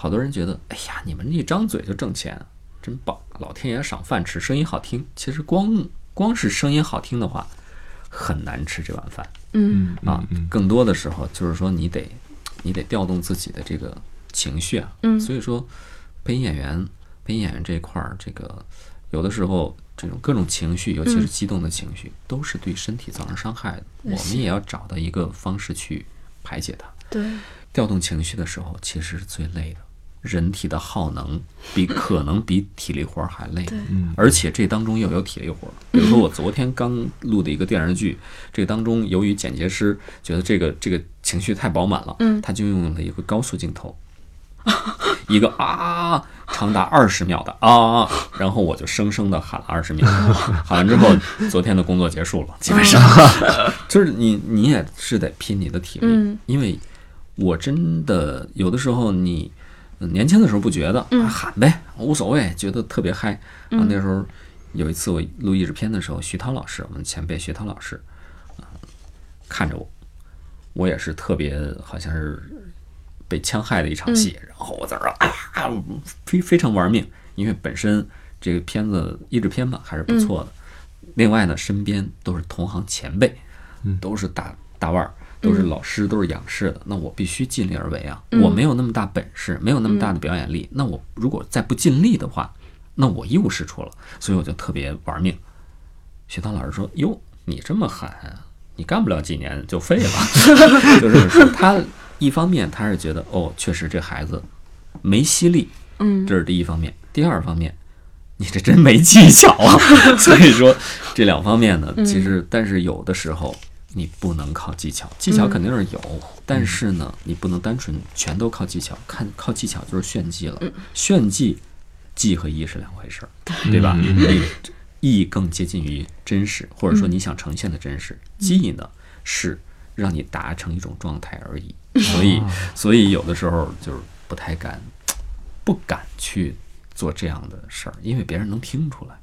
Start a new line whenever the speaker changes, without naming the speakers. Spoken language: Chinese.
好多人觉得，哎呀，你们一张嘴就挣钱，啊真棒，老天爷赏饭吃，声音好听。其实光光是声音好听的话，很难吃这碗饭
嗯
啊。更多的时候就是说，你得你得调动自己的这个情绪啊。
嗯
所以说，配音演员配音演员这一块儿，这个有的时候这种各种情绪，尤其是激动的情绪，都是对身体造成伤害的。我
那嗯是
们也要找到一个方式去排解它。
对，
调动情绪的时候，其实是最累的。人体的耗能比可能比体力活儿还累
对，
而且这当中又有体力活儿。比如说我昨天刚录的一个电视剧，这个当中由于剪接师觉得这个这个情绪太饱满了，
嗯
他就用了一个高速镜头， 一个啊长达二十秒的啊，然后我就生生的喊了二十秒，喊完之后，昨天的工作结束了，基本 上就是你你也是得拼你的体力，
嗯
因为我真的有的时候你嗯年轻的时候不觉得，
嗯
啊、喊呗，无所谓，觉得特别嗨。啊，那时候有一次我录译制片的时候，徐涛老师，我们前辈徐涛老师，啊、看着我，我也是特别好像是被戕害的一场戏，然后我在这儿啊非非常玩命，因为本身这个片子译制片嘛还是不错的。另外呢，身边都是同行前辈，都是大大腕儿，都是老师，都是仰视的。那我必须尽力而为啊！我没有那么大本事，没有那么大的表演力。那我如果再不尽力的话，那我一无是处了。所以我就特别玩命。学堂老师说：“哟，你这么狠啊，你干不了几年就废了。”就这 么说。他一方面他是觉得哦，确实这孩子没吸力，
嗯
这是第一方面。第二方面，你这真没技巧啊。 所以说，这两方面呢，其实但是有的时候你不能靠技巧，技巧肯定是有，但是呢，你不能单纯全都靠技巧，看靠技巧就是炫技了。炫技，技和艺是两回事儿，对吧？你艺更接近于真实，或者说你想呈现的真实。技呢是让你达成一种状态而已，所以所以有的时候就是不太敢不敢去做这样的事儿，因为别人能听出来。